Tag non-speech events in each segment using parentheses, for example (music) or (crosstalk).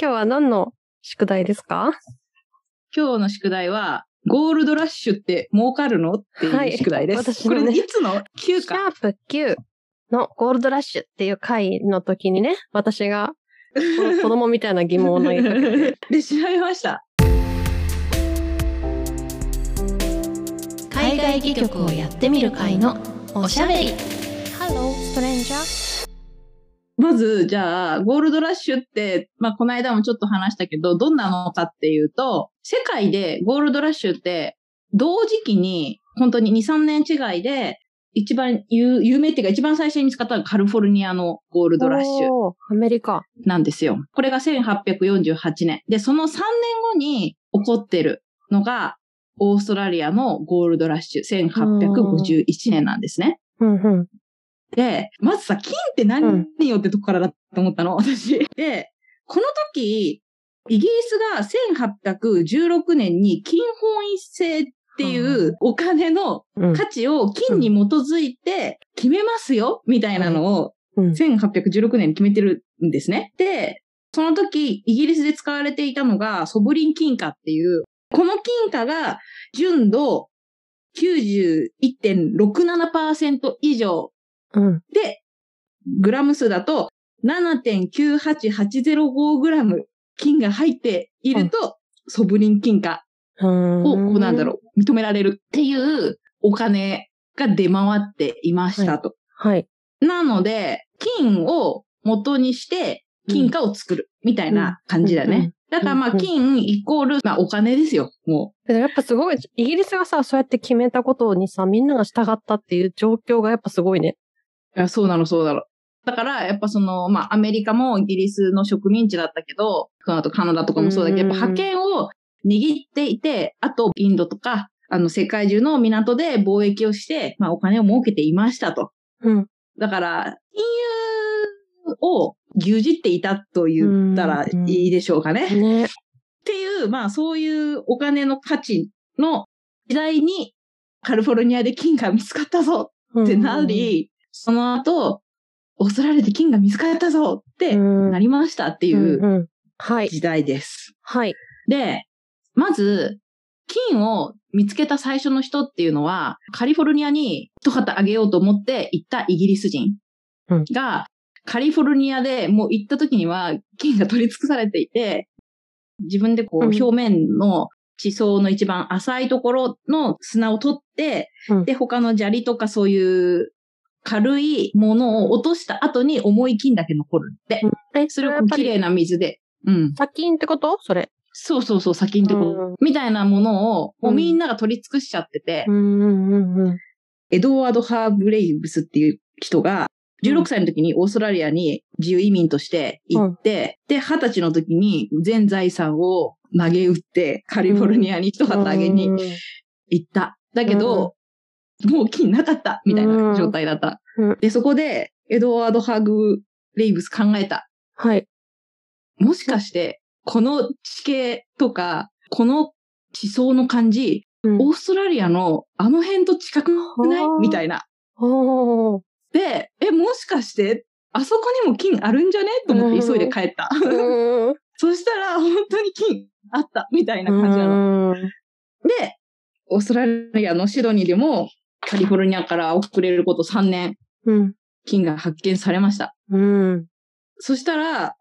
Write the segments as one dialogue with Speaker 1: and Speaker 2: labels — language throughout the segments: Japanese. Speaker 1: 今日は何の宿題ですか
Speaker 2: 今日の宿題は、ゴールドラッシュって儲かるのって
Speaker 1: はい
Speaker 2: いう宿題です。
Speaker 1: 私
Speaker 2: こ
Speaker 1: のね
Speaker 2: れ、いつの ?9
Speaker 1: シャ
Speaker 2: か。
Speaker 1: ープ9のゴールドラッシュっていう回の時にね、私がこの子供みたいな疑問を投げかけて
Speaker 2: (laughs) で、調べました。
Speaker 3: 海外戯曲をやってみる会のおしゃべり
Speaker 1: Hello, stranger.
Speaker 2: まず、じゃあ、ゴールドラッシュって、まあ、この間もちょっと話したけど、どんなのかっていうと、世界でゴールドラッシュって、同時期に、本当に2、3年違いで、一番有有名っていうか、一番最初に使ったのがカリフォルニアのゴールドラッシュ。
Speaker 1: おーアメリカ。
Speaker 2: なんですよ。これが1848年。で、その3年後に起こってるのが、オーストラリアのゴールドラッシュ、1851年なんですね。
Speaker 1: うんうん。
Speaker 2: で、まずさ、金って何によってとこからだと思ったの、私。で、この時、イギリスが1816年に金本位制っていうお金の
Speaker 1: うん
Speaker 2: 価値を金に基づいて決めますよ、みたいなのを
Speaker 1: うん
Speaker 2: 1816年に決めてるんですね。で、その時、イギリスで使われていたのが、ソブリン金貨っていう、この金貨が、純度91.67%以上
Speaker 1: うん。
Speaker 2: で、グラム数だと、7.98805グラム金が入っていると、ソブリン金貨
Speaker 1: うん
Speaker 2: を、こうなんだろう、認められるっていうお金が出回っていましたと。
Speaker 1: はい。
Speaker 2: なので、金を元にして、金貨を作る、みたいな感じだ
Speaker 1: うんうん
Speaker 2: ね。だからまあ、
Speaker 1: うん
Speaker 2: 金イコール、まあ、お金ですよ、も
Speaker 1: けどやっぱすごい、イギリスがさ、そうやって決めたことにさ、みんなが従ったっていう状況がやっぱすごいね。
Speaker 2: う。いやそうなの、そうなの。だから、やっぱその、まあ、アメリカもイギリスの植民地だったけど、その後カナダとかもそうだけど、
Speaker 1: うん
Speaker 2: やっぱ覇権を握っていて、あと、インドとか、あの、世界中の港で貿易をして、まあ、お金を儲けていましたと。
Speaker 1: うん。
Speaker 2: だから、金融を牛耳っていたと言ったらいいでしょうかね。
Speaker 1: ね。
Speaker 2: っていう、まあそういうお金の価値の時代にカリフォルニアで金が見つかったぞってなり、その後、オーストラリアで金が見つかったぞって
Speaker 1: うん
Speaker 2: なりましたってい
Speaker 1: うんう
Speaker 2: う
Speaker 1: ん。はい。
Speaker 2: 時代です。
Speaker 1: はい。
Speaker 2: で、まず、金を見つけた最初の人っていうのは、カリフォルニアに一旗あげようと思って行ったイギリス人
Speaker 1: うん
Speaker 2: が、カリフォルニアでもう行った時には金が取り尽くされていて、自分でこう
Speaker 1: うん
Speaker 2: 表面の地層の一番浅いところの砂を取って、
Speaker 1: うん
Speaker 2: で、他の砂利とかそういう軽いものを落とした後に重い金だけ残るって。
Speaker 1: え、
Speaker 2: それを
Speaker 1: は
Speaker 2: こう綺麗な水で。うん。
Speaker 1: 殺菌ってことそれ。
Speaker 2: そうそうそう、先んと
Speaker 1: うん
Speaker 2: こ。みたいなものを、もうみんなが取り尽くしちゃってて、
Speaker 1: んうんうん。
Speaker 2: エドワード・ハーブレイブスっていう人が、16歳の時にオーストラリアに自由移民として行って、で、20歳の時に全財産を投げ打って、カリフォルニアに一旗揚げに行った。だけど、もう金なかったみたいな状態だった
Speaker 1: うんうん。
Speaker 2: で、そこで、エドワード・ハーブレイブス考えた。
Speaker 1: はい。
Speaker 2: もしかして、この地形とか、この地層の感じ、
Speaker 1: うん
Speaker 2: オーストラリアのあの辺と近くな
Speaker 1: あ
Speaker 2: い
Speaker 1: ー
Speaker 2: みたいな。
Speaker 1: おー。
Speaker 2: で、え、もしかして、あそこにも金あるんじゃねと思って急いで帰った。 (laughs)
Speaker 1: うん
Speaker 2: そしたら、本当に金あった、みたいな感じなの。で、オーストラリアのシドニーでも、カリフォルニアから遅れること3年、
Speaker 1: うん。
Speaker 2: 金が発見されました。
Speaker 1: うん。
Speaker 2: そしたら、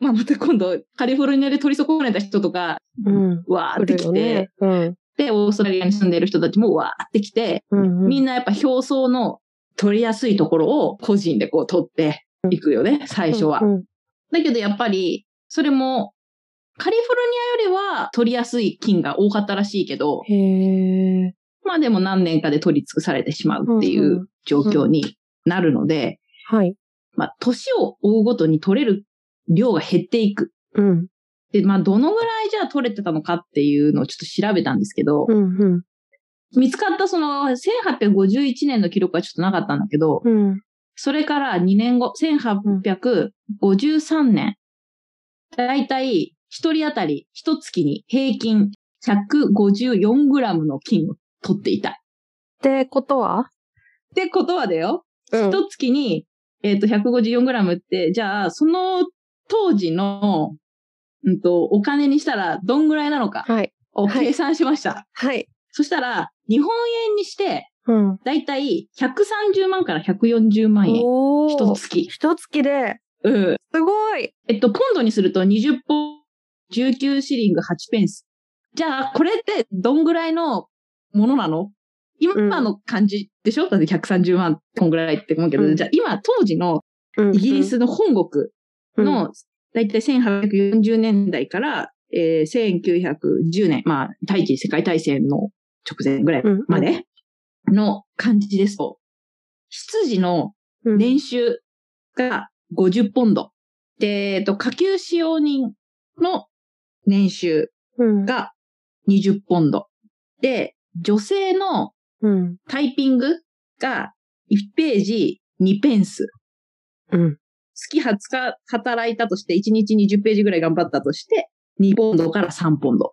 Speaker 2: まあ、また今度、カリフォルニアで取り損ねた人とか、
Speaker 1: うん。
Speaker 2: わー
Speaker 1: 来
Speaker 2: って
Speaker 1: る
Speaker 2: きて、
Speaker 1: よね。うん。
Speaker 2: で、オーストラリアに住んでいる人たちもわーって来て、
Speaker 1: うん。
Speaker 2: み
Speaker 1: なん
Speaker 2: なやっぱ表層の取りやすいところを個人でこう取っていくよね、最初は。
Speaker 1: うん。
Speaker 2: だけどやっぱり、それも、カリフォルニアよりは取りやすい金が多かったらしいけど、
Speaker 1: へえ。
Speaker 2: まあでも何年かで取り尽くされてしまうっていう状況になるので、
Speaker 1: はい。
Speaker 2: まあ年を追うごとに取れる量が減っていく。
Speaker 1: うん。
Speaker 2: で、まあどのぐらいじゃあ取れてたのかっていうのをちょっと調べたんですけど、
Speaker 1: うん。うん。
Speaker 2: 見つかったその1851年の記録はちょっとなかったんだけど、
Speaker 1: うん。
Speaker 2: それから2年後、1853年、だいたい一人当たり一月に平均154グラムの金を取っていた。
Speaker 1: っ
Speaker 2: っ
Speaker 1: てことは
Speaker 2: てことはだよ、
Speaker 1: うん
Speaker 2: 一月に、えっと154グラムって、じゃあその当時のうんと、お金にしたらどんぐらいなのか
Speaker 1: はい。
Speaker 2: を
Speaker 1: はい
Speaker 2: 計算しました。
Speaker 1: はい。
Speaker 2: そしたら、日本円にして、
Speaker 1: うん。
Speaker 2: だいたい130万から140万円。
Speaker 1: おー
Speaker 2: 一。月。
Speaker 1: 一月で、
Speaker 2: うん。
Speaker 1: すごい。
Speaker 2: えっと、ポンドにすると20ポン19シリング8ペンス。じゃあ、これってどんぐらいのものなの今の感じでしょ、だって130万こんぐらいって思うけど、
Speaker 1: うん
Speaker 2: じゃあ今当時の
Speaker 1: うん
Speaker 2: イギリスの本国
Speaker 1: うん
Speaker 2: の、だいたい1840年代から、えー1910年、まあ、第一次世界大戦の直前ぐらい
Speaker 1: うん
Speaker 2: までの感じですと、執事の
Speaker 1: うん
Speaker 2: 年収が50ポンド。で、えっと、下級使用人の年収
Speaker 1: うん
Speaker 2: が20ポンド。で、女性の
Speaker 1: うん。
Speaker 2: タイピングが1ページ2ペンス。
Speaker 1: うん。
Speaker 2: 月20日働いたとして、1日20ページぐらい頑張ったとして、2ポンドから3ポンド。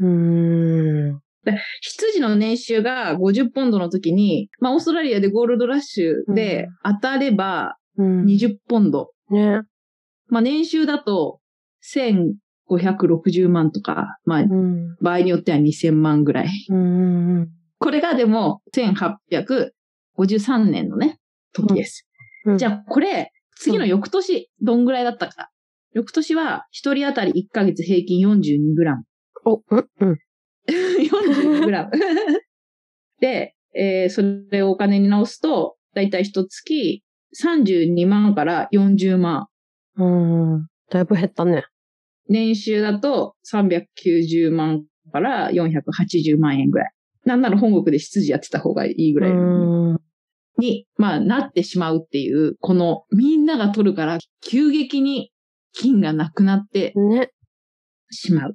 Speaker 1: うーん。
Speaker 2: 羊の年収が50ポンドの時に、まあ、オーストラリアでゴールドラッシュで当たれば
Speaker 1: うん。
Speaker 2: 20ポンド。
Speaker 1: ね。
Speaker 2: まあ、年収だと1560万とか、まあ、
Speaker 1: うん。
Speaker 2: 場合によっては2000万ぐらい。
Speaker 1: うん。
Speaker 2: これがでも1853年のね、時で
Speaker 1: う
Speaker 2: す。
Speaker 1: ん
Speaker 2: じゃあ、これ、次の翌年、どんぐらいだったか。翌年は、一人当たり1ヶ月平均42グ
Speaker 1: (laughs)
Speaker 2: ラム。
Speaker 1: お、うん、うん。
Speaker 2: 42グラム。 (laughs) で、えーそれをお金に直すと、だいたい一月32万から40万。
Speaker 1: うん。だいぶ減ったね。
Speaker 2: 年収だと390万から480万円ぐらい。なんなら本国で執事やってた方がいいぐ
Speaker 1: う
Speaker 2: らい
Speaker 1: ん。
Speaker 2: に、まあ、なってしまうっていう、この、みんなが取るから、急激に金がなくなって
Speaker 1: ね。
Speaker 2: しまうっ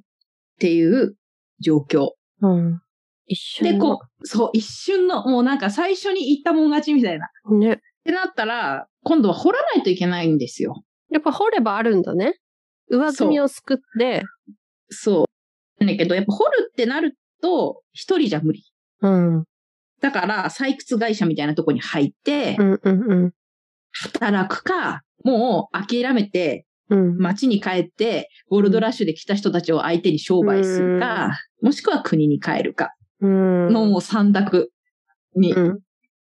Speaker 2: ていう状況。
Speaker 1: うん。一瞬
Speaker 2: で、
Speaker 1: の
Speaker 2: こう、そう、一瞬の、もうなんか最初に言ったもん勝ちみたいな。っ
Speaker 1: ね。
Speaker 2: てなったら、今度は掘らないといけないんですよ。
Speaker 1: やっぱ掘ればあるんだね。上積みをすくって。
Speaker 2: そう。だけど、やっぱ掘るってなると、一人じゃ無理。
Speaker 1: うん。うん
Speaker 2: だから、採掘会社みたいなとこに入って、
Speaker 1: うんうん。
Speaker 2: 働くか、もう諦めて、
Speaker 1: うん。
Speaker 2: 街に帰って、ゴールドラッシュで来た人たちを相手に商売するか、もしくは国に帰るか
Speaker 1: うん。
Speaker 2: のもう三択に
Speaker 1: うん。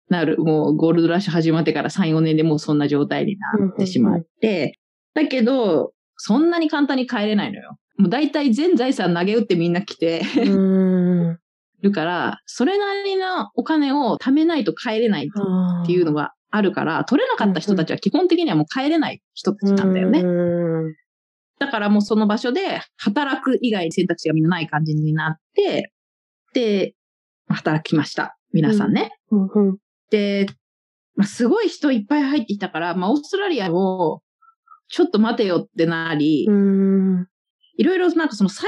Speaker 2: なる。もうゴールドラッシュ始まってから3、4年でもうそんな状態になってしまって、だけど、そんなに簡単に帰れないのよ。もう大体全財産投げ打ってみんな来て
Speaker 1: うん。っ
Speaker 2: るから、それなりのお金を貯めないと帰れないっていうのがあるから、取れなかった人たちは基本的にはもう帰れない人たちなんだよね。
Speaker 1: うん。
Speaker 2: だからもうその場所で働く以外選択肢がみんなない感じになって、で、働きました。皆さんね。
Speaker 1: うんうん。
Speaker 2: で、まあ、すごい人いっぱい入ってきたから、まあ、オーストラリアをちょっと待てよってなり、
Speaker 1: うん。
Speaker 2: いろいろなんかその採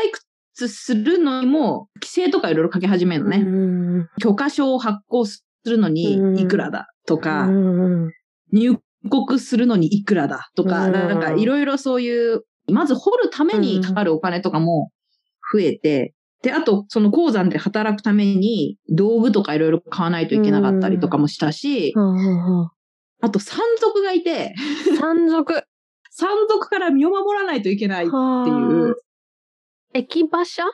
Speaker 2: 掘するのにも、規制とかいろいろかけ始めるのね。
Speaker 1: うん。
Speaker 2: 許可証を発行するの
Speaker 1: うん
Speaker 2: にいくらだとか、
Speaker 1: うんうん。
Speaker 2: 入国するのにいくらだとか、
Speaker 1: うん
Speaker 2: なんかいろいろそういう、まず掘るためにかかるお金とかも増えて、で、あと、その鉱山で働くために道具とかいろいろ買わないといけなかったりとかもしたし、
Speaker 1: はあはあは
Speaker 2: あと山賊がいて、
Speaker 1: あ山賊。は
Speaker 2: 山賊から身を守らないといけないっていう
Speaker 1: あ。。駅馬車っ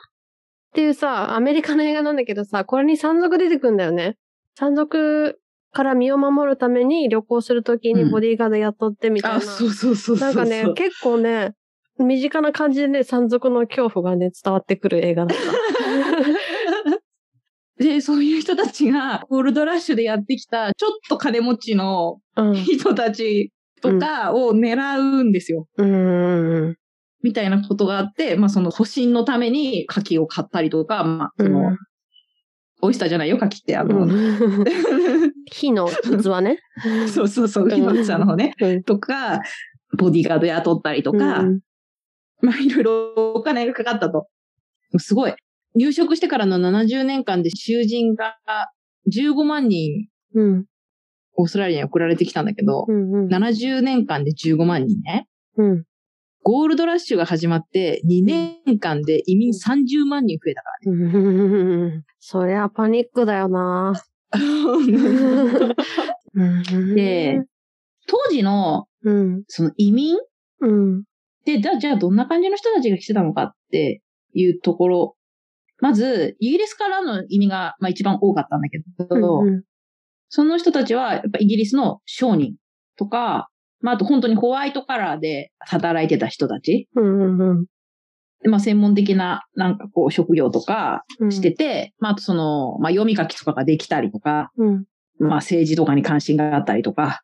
Speaker 1: ていうさ、アメリカの映画なんだけどさ、これに山賊出てくんだよね。山賊から身を守るために旅行するときに
Speaker 2: うん
Speaker 1: ボディーガード雇ってみたいな。
Speaker 2: あ、そうそうそうそうそう。
Speaker 1: なんかね、結構ね、身近な感じでね、山賊の恐怖がね、伝わってくる映画だった。
Speaker 2: で、そういう人たちが、ゴールドラッシュでやってきた、ちょっと金持ちの (laughs)
Speaker 1: うん。
Speaker 2: 人たちとかを狙うんですよ。
Speaker 1: うん。
Speaker 2: みたいなことがあって、まあその保身のために牡蠣を買ったりとか、まあその、オイスターじゃないよ、牡蠣って、あ
Speaker 1: う
Speaker 2: の、
Speaker 1: ん。火の器ね。
Speaker 2: (laughs) そうそうそう、
Speaker 1: うん
Speaker 2: ひまさんの方ね、
Speaker 1: うん
Speaker 2: とか、ボディーガード雇ったりとか、
Speaker 1: うん
Speaker 2: まあいろいろお金がかかったと。すごい。入職してからの70年間で囚人が15万人
Speaker 1: うん。
Speaker 2: オーストラリアに送られてきたんだけど、
Speaker 1: うん。
Speaker 2: 70年間で15万人ね。
Speaker 1: うん。
Speaker 2: ゴールドラッシュが始まって2年間で移民30万人増えたから
Speaker 1: うんそりゃパニックだよな。 (laughs)
Speaker 2: で、当時の
Speaker 1: うん。
Speaker 2: その移民
Speaker 1: うん。
Speaker 2: で、だじゃあどんな感じの人たちが来てたのかっていうところ。まず、イギリスからの移民が、まあ、一番多かったんだけど、
Speaker 1: うんうん
Speaker 2: その人たちは、やっぱイギリスの商人とか、まあ、あと本当にホワイトカラーで働いてた人たち。
Speaker 1: うんうん
Speaker 2: でまあ、専門的な、なんかこう、職業とか
Speaker 1: うん。
Speaker 2: してて、まあ、あとその、まあ、読み書きとかができたりとか、
Speaker 1: うん。
Speaker 2: まあ、政治とかに関心があったりとか、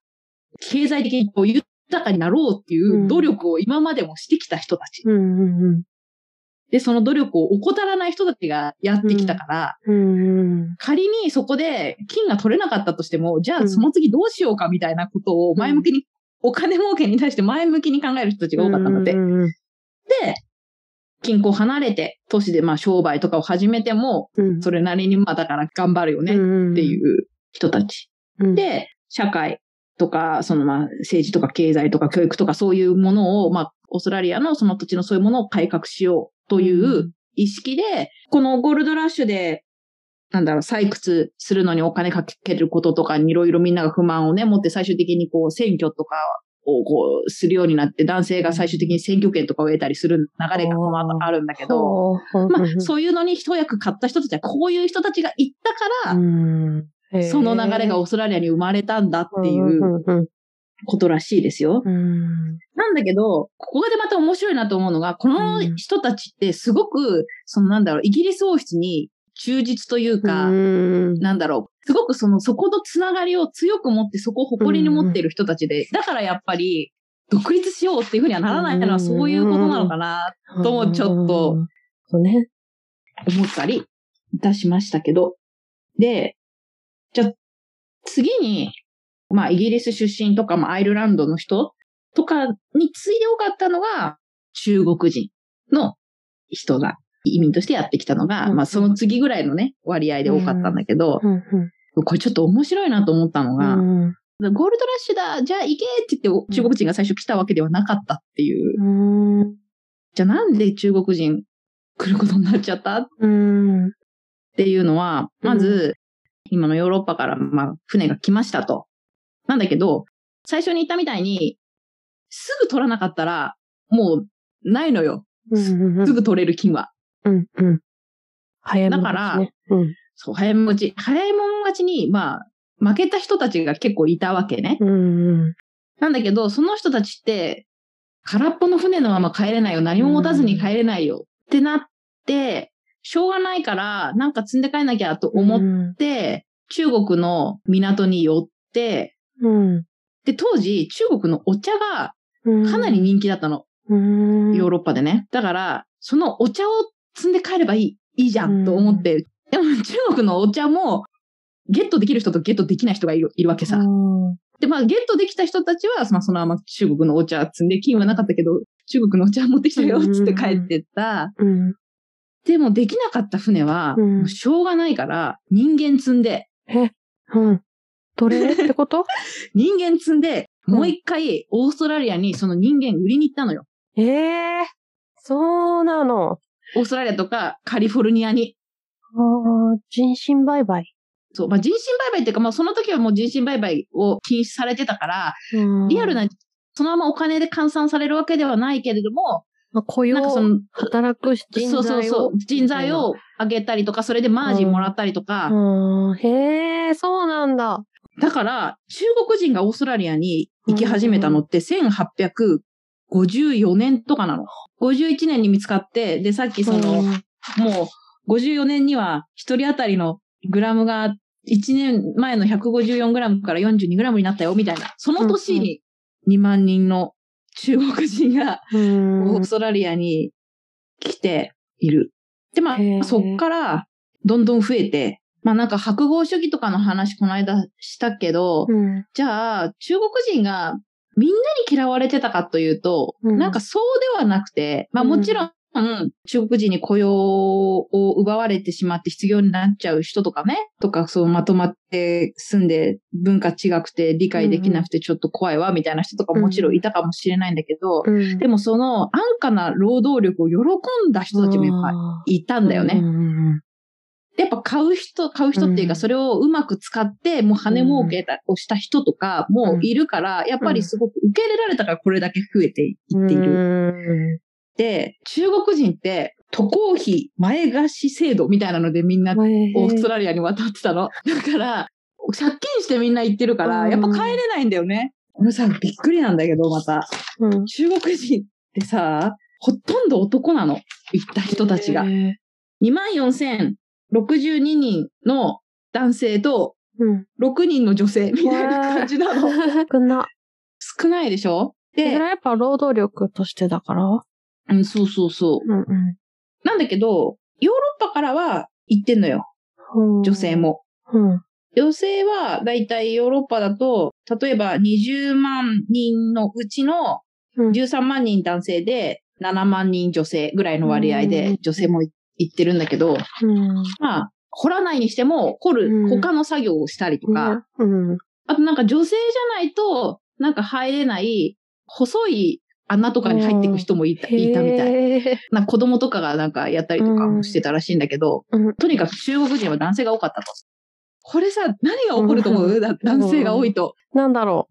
Speaker 2: 経済的にこう豊かになろうっていう努力を今までもしてきた人たち。
Speaker 1: うんうんうん。
Speaker 2: で、その努力を怠らない人たちがやってきたから、
Speaker 1: うんうん。
Speaker 2: 仮にそこで金が取れなかったとしても、じゃ
Speaker 1: う
Speaker 2: あ
Speaker 1: ん
Speaker 2: その次どうしようかみたいなことを前向きに、お金儲けに対して前向きに考える人たちが多かったんだって。
Speaker 1: うんうん
Speaker 2: で、金庫離れて、都市でまあ商売とかを始めても、
Speaker 1: うん。
Speaker 2: それなりにまあだから頑張るよねっ
Speaker 1: って
Speaker 2: いう人たち。
Speaker 1: うん。
Speaker 2: で、社会とか、そのまあ政治とか経済とか教育とかそういうものを、まあオーストラリアのその土地のそういうものを改革しようという意識で、このゴールドラッシュで、なんだろう、採掘するのにお金かけることとかにいろいろみんなが不満をね、持って最終的にこう選挙とかをこうするようになって、男性が最終的に選挙権とかを得たりする流れがまああるんだけど、
Speaker 1: ほうほうほう
Speaker 2: まあ
Speaker 1: ほう
Speaker 2: そういうのに一役買った人たちはこういう人たちがいたから、
Speaker 1: うんへー
Speaker 2: その流れがオーストラリアに生まれたんだってい
Speaker 1: ん
Speaker 2: ううん
Speaker 1: うん
Speaker 2: ことらしいですよ。
Speaker 1: うん
Speaker 2: なんだけど、ここでまた面白いなと思うのが、この人たちってすごく、そのなんだろう、イギリス王室に忠実というか、
Speaker 1: うん
Speaker 2: なんだろう、すごくその、そこのつながりを強く持って、そこを誇りに持っている人たちで、だからやっぱり、独立しようっていうふうにはならないのはそういうことなのかな、ともちょっと
Speaker 1: うんそうね。
Speaker 2: と思ったりいたしましたけど。で、じゃあ、次に、まあ、イギリス出身とか、まあ、アイルランドの人とかに次いで多かったのが、中国人の人が、移民としてやってきたのが、
Speaker 1: うん
Speaker 2: まあ、その次ぐらいのね、割合で多かったんだけど、
Speaker 1: うんうん
Speaker 2: これちょっと面白いなと思ったのが、
Speaker 1: うん
Speaker 2: ゴールドラッシュだ、じゃあ行けって言って、中国人が最初来たわけではなかったっていう。
Speaker 1: うん
Speaker 2: じゃあなんで中国人来ることになっちゃった
Speaker 1: うん
Speaker 2: っていうのは、まず、今のヨーロッパから、まあ、船が来ましたと。なんだけど、最初に言ったみたいに、すぐ取らなかったら、もう、ないのよ。
Speaker 1: うん
Speaker 2: すぐ取れる金は。
Speaker 1: うんうん早いもん
Speaker 2: だから
Speaker 1: ですねうん
Speaker 2: そう、早いもん勝ち。早いもん勝ちに、まあ、負けた人たちが結構いたわけね。
Speaker 1: うんうん
Speaker 2: なんだけど、その人たちって、空っぽの船のまま帰れないよ。何も持たずに帰れないよ。ってなって、しょうがないから、なんか積んで帰んなきゃと思っ
Speaker 1: うん
Speaker 2: で、中国の港に寄って、
Speaker 1: うん
Speaker 2: で、当時、中国のお茶が
Speaker 1: うん
Speaker 2: かなり人気だったの。
Speaker 1: うん
Speaker 2: ヨーロッパでね。だから、そのお茶を積んで帰ればいい、いいじゃんと思って。でも、中国のお茶も、ゲットできる人とゲットできない人がいるいるわけさ。
Speaker 1: うん
Speaker 2: で、まあ、ゲットできた人たちは、まあ、そのまま中国のお茶積んで、金はなかったけど、中国のお茶持ってきたよ、つって帰ってった。
Speaker 1: うん
Speaker 2: でも、できなかった船は、
Speaker 1: うん
Speaker 2: もうしょうがないから、人間積んで、
Speaker 1: うん奴隷ってこと (laughs)
Speaker 2: 人間積んで、
Speaker 1: うん
Speaker 2: もう一回、オーストラリアにその人間売りに行ったのよ。
Speaker 1: ええそうなの
Speaker 2: オーストラリアとかカリフォルニアに。
Speaker 1: あー人身売買
Speaker 2: そう。まあ、人身売買っていうか、まあ、その時はもう人身売買を禁止されてたから、リアルな、そのままお金で換算されるわけではないけれども、
Speaker 1: まあ雇
Speaker 2: なん
Speaker 1: 用
Speaker 2: かその、
Speaker 1: 働く人材を
Speaker 2: そうそうそう、人材を上げたりとか、それでマージンもらったりとか、
Speaker 1: うんへえ、そうなんだ。
Speaker 2: だから、中国人がオーストラリアに行き始めたのって1854年とかなの。51年に見つかって、で、さっきその、
Speaker 1: うん
Speaker 2: もう、54年には、一人当たりのグラムが、1年前の154グラムから42グラムになったよ、みたいな。その年に、2万人の中国人が、
Speaker 1: うん
Speaker 2: オーストラリアに来ている。で、ま
Speaker 1: へー
Speaker 2: あ、そっから、どんどん増えて、まあなんか白豪主義とかの話この間したけど、
Speaker 1: うん
Speaker 2: じゃあ中国人がみんなに嫌われてたかというと、
Speaker 1: うん
Speaker 2: なんかそうではなくて、まあ
Speaker 1: うん
Speaker 2: もちろん、中国人に雇用を奪われてしまって失業になっちゃう人とかね、とか、そうまとまって住んで文化違くて理解できなくてちょっと怖いわみたいな人とかもちろんいたかもしれないんだけど、
Speaker 1: うん
Speaker 2: でもその安価な労働力を喜んだ人たちもいっぱいいたんだよね。
Speaker 1: うん
Speaker 2: やっぱ買う人、買う人っていう
Speaker 1: う
Speaker 2: か、
Speaker 1: ん
Speaker 2: それをうまく使って、もう羽儲けたをした人とかもいるから、やっぱりすごく受け入れられたからこれだけ増えていっている。
Speaker 1: る。
Speaker 2: で、中国人って渡航費前貸し制度みたいなのでみんなオーストラリアに渡ってたの。だから、借金してみんな行ってるから、
Speaker 1: うん
Speaker 2: やっぱ帰れないんだよね。俺さ、びっくりなんだけど、また。
Speaker 1: うん
Speaker 2: 中国人ってさ、ほとんど男なの。行った人たちが。
Speaker 1: へ
Speaker 2: 24,062人の男性と
Speaker 1: ー
Speaker 2: (laughs)
Speaker 1: うん。
Speaker 2: 6人の女性みたいな感じなの。
Speaker 1: (laughs) こんな。
Speaker 2: 少ないでしょ
Speaker 1: それ
Speaker 2: で、
Speaker 1: はやっぱ労働力としてだから。
Speaker 2: うん、そうそうそう。
Speaker 1: うんうん
Speaker 2: なんだけど、ヨーロッパからは行ってんのよ。
Speaker 1: ほう
Speaker 2: 女性。も。
Speaker 1: うん。
Speaker 2: 女性は、だいたいヨーロッパだと、例えば20万人のうちの
Speaker 1: うん
Speaker 2: 13万人男性で7万人女性ぐらいの割合
Speaker 1: う
Speaker 2: で
Speaker 1: ん
Speaker 2: 女性もい行ってるんだけど、
Speaker 1: うん。
Speaker 2: まあ、掘らないにしても、掘
Speaker 1: う
Speaker 2: る、
Speaker 1: ん
Speaker 2: 他の作業をしたりとか、
Speaker 1: ねうん。
Speaker 2: あとなんか女性じゃないと、なんか入れない、細い穴とかに入っていく人もいたいたみたい。
Speaker 1: い。
Speaker 2: なんか子供とかがなんかやったりとかもしてたらしいんだけど、
Speaker 1: うん
Speaker 2: とにかく中国人は男性が多かったと。これさ、何が起こると思う、だ男性が多いと。
Speaker 1: なんだろ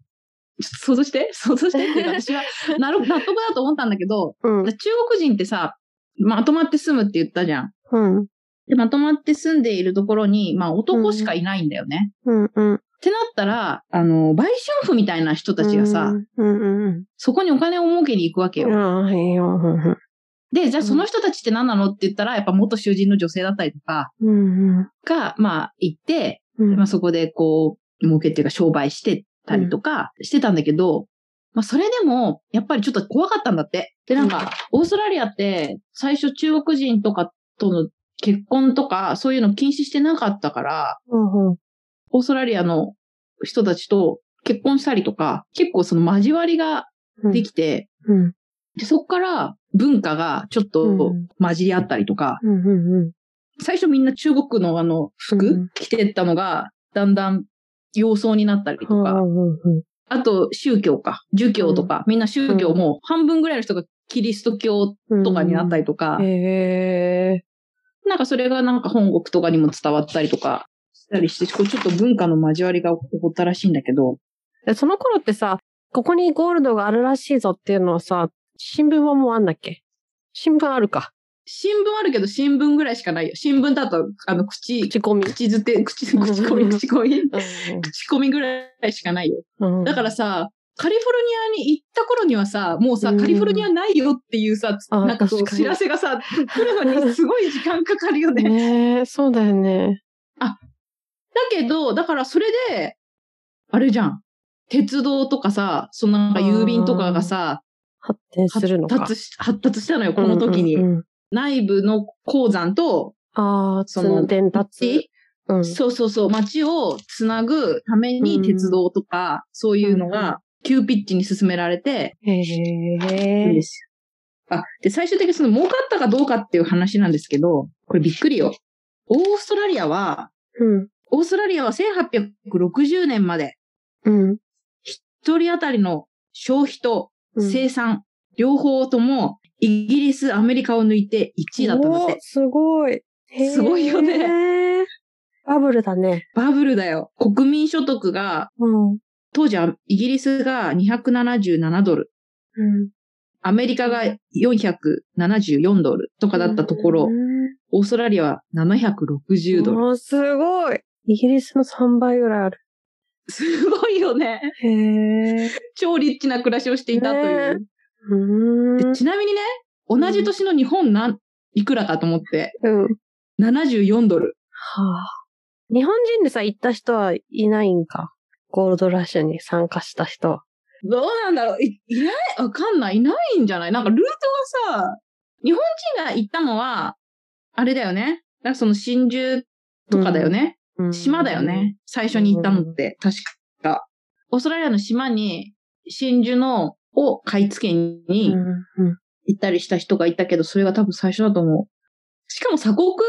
Speaker 2: ちょっと想像して (laughs) 想像してっていうか私はなる納得だと思ったんだけど、
Speaker 1: う。うん
Speaker 2: 中。国人ってさ、まとまって住むって言ったじゃん。
Speaker 1: うん。
Speaker 2: で、まとまって住んでいるところに、まあ男しかいないんだよね。
Speaker 1: うん。うん。
Speaker 2: ってなったら、あの、売春婦みたいな人たちがさ、
Speaker 1: うん。うん。うん。
Speaker 2: そこにお金を儲けに行くわけよ。
Speaker 1: ああ、いいよ。うん
Speaker 2: で、じゃあその人たちって何なのって言ったら、やっぱ元囚人の女性だったりとか
Speaker 1: うん。うん
Speaker 2: が、まあ、行って、
Speaker 1: うん。
Speaker 2: まあそこでこう、儲けっていうか商売してたりとかしてたんだけど、まあそれでも、やっぱりちょっと怖かったんだって。で、なんか、オーストラリアって、最初中国人とかとの結婚とか、そういうの禁止してなかったから、
Speaker 1: うん。うん。
Speaker 2: オーストラリアの人たちと結婚したりとか、結構その交わりができて、
Speaker 1: うん。
Speaker 2: で、そこから文化がちょっ
Speaker 1: う
Speaker 2: と
Speaker 1: ん
Speaker 2: 混じり合ったりとか、
Speaker 1: うん。うん。
Speaker 2: 最初みんな中国のあ
Speaker 1: う
Speaker 2: の
Speaker 1: ん
Speaker 2: 服着てったのが、だんだん洋装になったりと
Speaker 1: うん。
Speaker 2: か、
Speaker 1: うん。
Speaker 2: あと宗教か、儒教とか、みんな宗教も半分ぐらいの人がキリスト教
Speaker 1: うん。
Speaker 2: とかになったりとか、
Speaker 1: へえ。
Speaker 2: なんかそれがなんか本国とかにも伝わったりとかしたりして、こうちょっと文化の交わりが起こったらしいんだけど、
Speaker 1: でその頃ってさ、ここにゴールドがあるらしいぞっていうのをさ、新聞はもうあんだっけ新聞あるか。
Speaker 2: 新聞あるけど新聞ぐらいしかないよ。新聞だと、あの、口、
Speaker 1: 口コミ。
Speaker 2: 口づて、口、口コミ、口
Speaker 1: (laughs)
Speaker 2: コミ、
Speaker 1: う
Speaker 2: 口コミぐらいしかないよ。
Speaker 1: んうん
Speaker 2: だからさ、カリフォルニアに行った頃にはさ、もうさ、
Speaker 1: うん
Speaker 2: カリフォルニアないよっていうさ、
Speaker 1: あ
Speaker 2: なんかこう
Speaker 1: 確かに
Speaker 2: 知らせがさ、来るのにすごい時間かかるよね。だ
Speaker 1: ねえ、そうだよね。
Speaker 2: けど、だからそれで、あれじゃん。鉄道とかさ、そのなんか郵便とかがさ、
Speaker 1: 発展するのか。
Speaker 2: 発達し発達したのよ、この時に。
Speaker 1: うんうんうん
Speaker 2: 内部の鉱山と、
Speaker 1: ああ、そ
Speaker 2: その
Speaker 1: の伝
Speaker 2: え
Speaker 1: 達。うん
Speaker 2: そうそうそう、街をつなぐために鉄道とか、そういうのが、急ピッチに進められて、
Speaker 1: へ
Speaker 2: いい
Speaker 1: え
Speaker 2: で。すよ。あ、で、最終的にその儲かったかどうかっていう話なんですけど、これびっくりよ。オーストラリアは、
Speaker 1: うん。
Speaker 2: オーストラリアは1860年まで、
Speaker 1: うん。
Speaker 2: 一人当たりの消費と
Speaker 1: うん
Speaker 2: 生産、両方とも、イギリス、アメリカを抜いて1位だったんだっ
Speaker 1: おー
Speaker 2: て。
Speaker 1: すごい。へー
Speaker 2: すごいよね。
Speaker 1: バブルだね。
Speaker 2: バブルだよ。国民所得が、
Speaker 1: うん。
Speaker 2: 当時はイギリスが277ドル、
Speaker 1: うん。
Speaker 2: アメリカが474ドルとかだったところ、
Speaker 1: うん
Speaker 2: オーストラリアは760ドル。
Speaker 1: おーすごい。イギリスの3倍ぐらいある。
Speaker 2: すごいよね。
Speaker 1: へえ。
Speaker 2: 超リッチな暮らしをしていたという。
Speaker 1: うーん
Speaker 2: でちなみにね、同じ年の日本なん、いくらかと思って、
Speaker 1: うん。
Speaker 2: 74ドル。
Speaker 1: はあ。日本人でさ、行った人はいないんか。ゴールドラッシュに参加した人は。
Speaker 2: どうなんだろういいないわかんない。いないんじゃないなんかルートがさ、日本人が行ったのは、あれだよね。なんかその真珠とかだよね。島だよね。最初に行ったのって、確か。オーストラリアの島に、真珠の、を買い付け
Speaker 1: う
Speaker 2: に
Speaker 1: ん。うん。
Speaker 2: 行ったりした人がいたけど、それが多分最初だと思う。しかも鎖国じ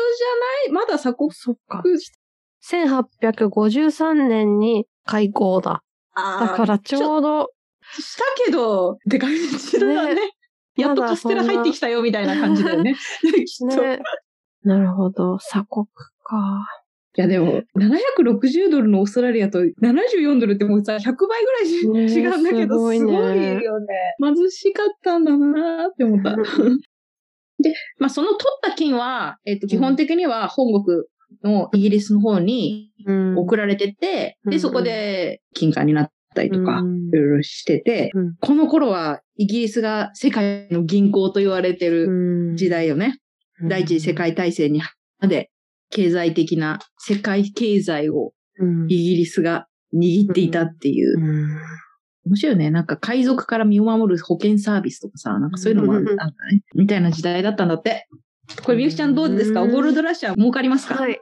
Speaker 2: ゃないまだ鎖国
Speaker 1: そっか。1853年に会合だ。だ
Speaker 2: ああ、
Speaker 1: からちょうど、
Speaker 2: したけど、って感じだよね。やっとカ (laughs) ステラ入ってきたよみたいな感じだよね。きっと。
Speaker 1: ね。なるほど。鎖国か。
Speaker 2: いやでも、760ドルのオーストラリアと74ドルってもうさ、100倍ぐらいし
Speaker 1: ねえ
Speaker 2: 違うんだけ
Speaker 1: す
Speaker 2: ど、す
Speaker 1: ご
Speaker 2: ご
Speaker 1: い
Speaker 2: い
Speaker 1: ね
Speaker 2: よね。貧しかったんだなーって思った。で、まあその取った金は、えっと、基本的には本国のイギリスの方に
Speaker 1: うん
Speaker 2: 送られてて、
Speaker 1: うん
Speaker 2: で、そこで金貨になったりとか
Speaker 1: う、ん
Speaker 2: いろいろしてて、
Speaker 1: うん
Speaker 2: この頃はイギリスが世界の銀行と言われてる
Speaker 1: うん
Speaker 2: 時代よね。第一次世界大戦にまで経済的な世界経済を
Speaker 1: うん
Speaker 2: イギリスが握っていたっていうう。
Speaker 1: ん
Speaker 2: 面白いよね。なんか海賊から身を守る保険サービスとかさ、なんかそういうのもあったんだね。みたいな時代だったんだって。これみゆきちゃんどうですか
Speaker 1: う
Speaker 2: ゴ
Speaker 1: ん
Speaker 2: ールドラッシュは儲かりますか、
Speaker 1: はい。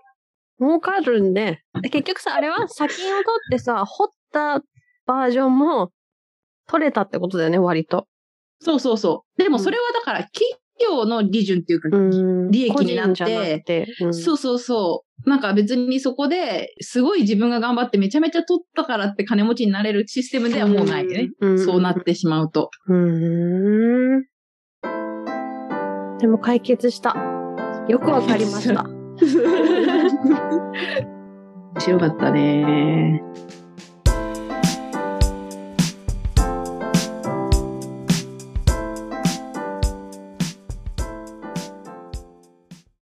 Speaker 1: 儲かるん
Speaker 2: (laughs)
Speaker 1: で、結局さ、あれは砂金を取ってさ、掘ったバージョンも取れたってことだよね、割と。
Speaker 2: そうそうそう。でもそれはだから企業の利潤っていうか、
Speaker 1: うん
Speaker 2: 利益になって
Speaker 1: 個人じゃなくて。うん
Speaker 2: そうそうそう。なんか別にそこで、すごい自分が頑張ってめちゃめちゃ取ったからって金持ちになれるシステムではもうないよね。。
Speaker 1: ん
Speaker 2: そうなっ。てしまうと。
Speaker 1: うん。でも解決した。よ
Speaker 2: (laughs)
Speaker 1: くわかりました。
Speaker 2: 面白かったね。